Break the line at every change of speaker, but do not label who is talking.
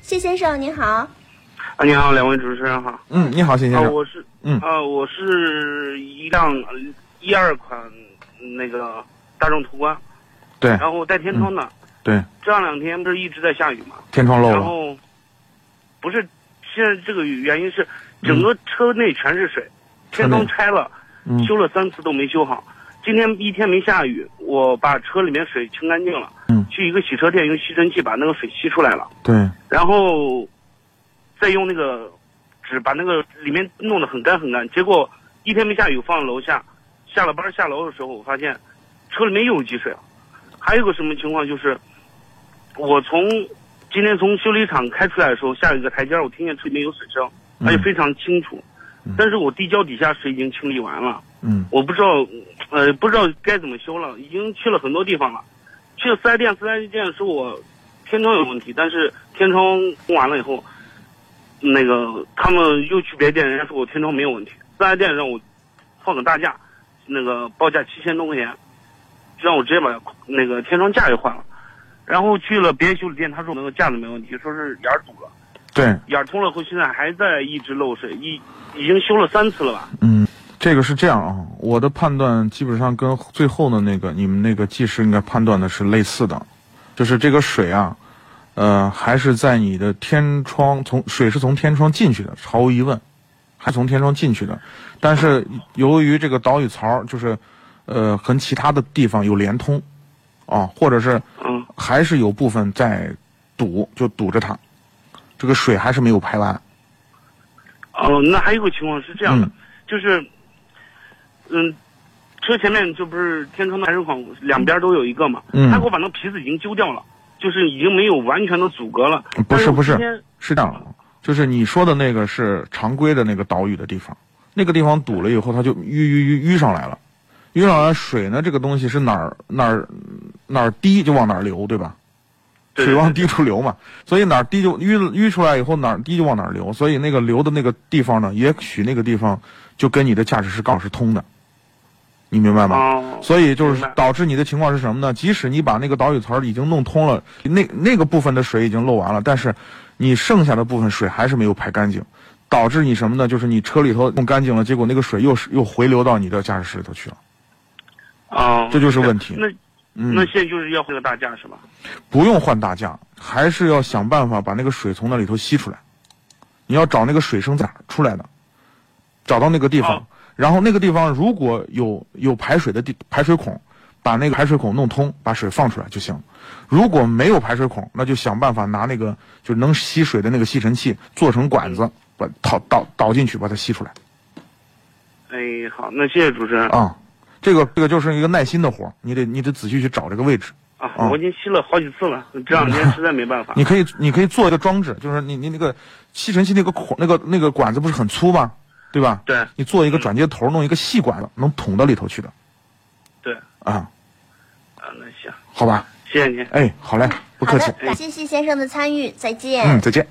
谢先生您好，
啊，你好，两位主持人好。
嗯，你好，谢先
啊，
生。
我是，
嗯
啊，我是一辆呃一二款那个大众途观，
对
然后带天窗的。
对，
这两天不是一直在下雨嘛，
天窗嗯漏
然
了。
后不是现在这个雨原因是整个车内全是水，
嗯车内
天窗拆了，
嗯
修了三次都没修好。今天一天没下雨，我把车里面水清干净了，
嗯
去一个洗车店用吸尘器把那个水吸出来了，
对，
然后再用那个纸把那个里面弄得很干很干。结果一天没下雨，我放楼下，下了班下楼的时候，我发现车里面又有积水了。还有个什么情况就是，我从今天从修理厂开出来的时候，下有一个台阶儿，我听见车里面有水声，
嗯
而且非常清楚
嗯。
但是我地胶底下水已经清理完了，
嗯
我不知道，呃，不知道该怎么修了，已经去了很多地方了。去了四 S 店，四 S 店说我天窗有问题，但是天窗通完了以后，那个他们又去别店，人家说我天窗没有问题。四 S 店让我放个大假，那个报价七千多块钱，就让我直接把那个天窗架给换了。然后去了别的修理店，他说我那个架子没问题，说是眼儿堵了，
对，
眼儿通了后现在还在一直漏水，已已经修了三次了吧？
嗯，这个是这样啊，我的判断基本上跟最后的那个你们那个技师应该判断的是类似的，就是这个水啊，呃，还是在你的天窗从水是从天窗进去的，毫无疑问，还是从天窗进去的，但是由于这个导雨槽就是，呃，跟其他的地方有连通，啊，或者是
嗯
还是有部分在堵，就堵着它，这个水还是没有排完，
哦，那还有个情况是这样的，
嗯
就是，嗯，车前面这不是天窗的排水孔两边都有一个嘛，
嗯
他给我把那皮子已经揪掉了，就是已经没有完全的阻隔了。
不是
但
不是
今天
是这样的，就是你说的那个是常规的那个岛屿的地方，那个地方堵了以后，它就淤淤淤淤上来了，淤上来水呢，这个东西是哪儿哪儿哪儿低就往哪儿流，对吧？
对
水往低处流嘛，所以哪儿低就淤淤出来以后哪儿低就往哪儿流，所以那个流的那个地方呢，也许那个地方就跟你的驾驶室刚好是通的，你明白吗？
哦，
所以就是
明白
导致你的情况是什么呢？即使你把那个导雨槽已经弄通了，那那个部分的水已经漏完了，但是你剩下的部分水还是没有排干净，导致你什么呢？就是你车里头弄干净了，结果那个水又是又回流到你的驾驶室里头去了。
哦，
这就是问题
那
嗯
那现在就是要换个大架是吧？
不用换大架，还是要想办法把那个水从那里头吸出来。你要找那个水声在哪儿出来的，找到那个地方，
哦
然后那个地方如果有有排水的地排水孔，把那个排水孔弄通，把水放出来就行。如果没有排水孔，那就想办法拿那个就是能吸水的那个吸尘器做成管子，把倒倒倒进去，把它吸出来
哎，好，那谢谢主持人啊
啊、这个这个就是一个耐心的活儿，你得你得仔细去找这个位置。啊
我已经吸了好几次了，这两天实在没办法。
你可以你可以做一个装置，就是你你那个吸尘器那个孔那个那个管子不是很粗吗？对吧？
对
你做一个转接头，弄一个细管子，能捅到里头去的
对，
啊，
啊，那行，
好吧？
谢谢您。
哎，好嘞，不
好
客气
的，，感谢谢先生的参与，再见。
嗯，再见。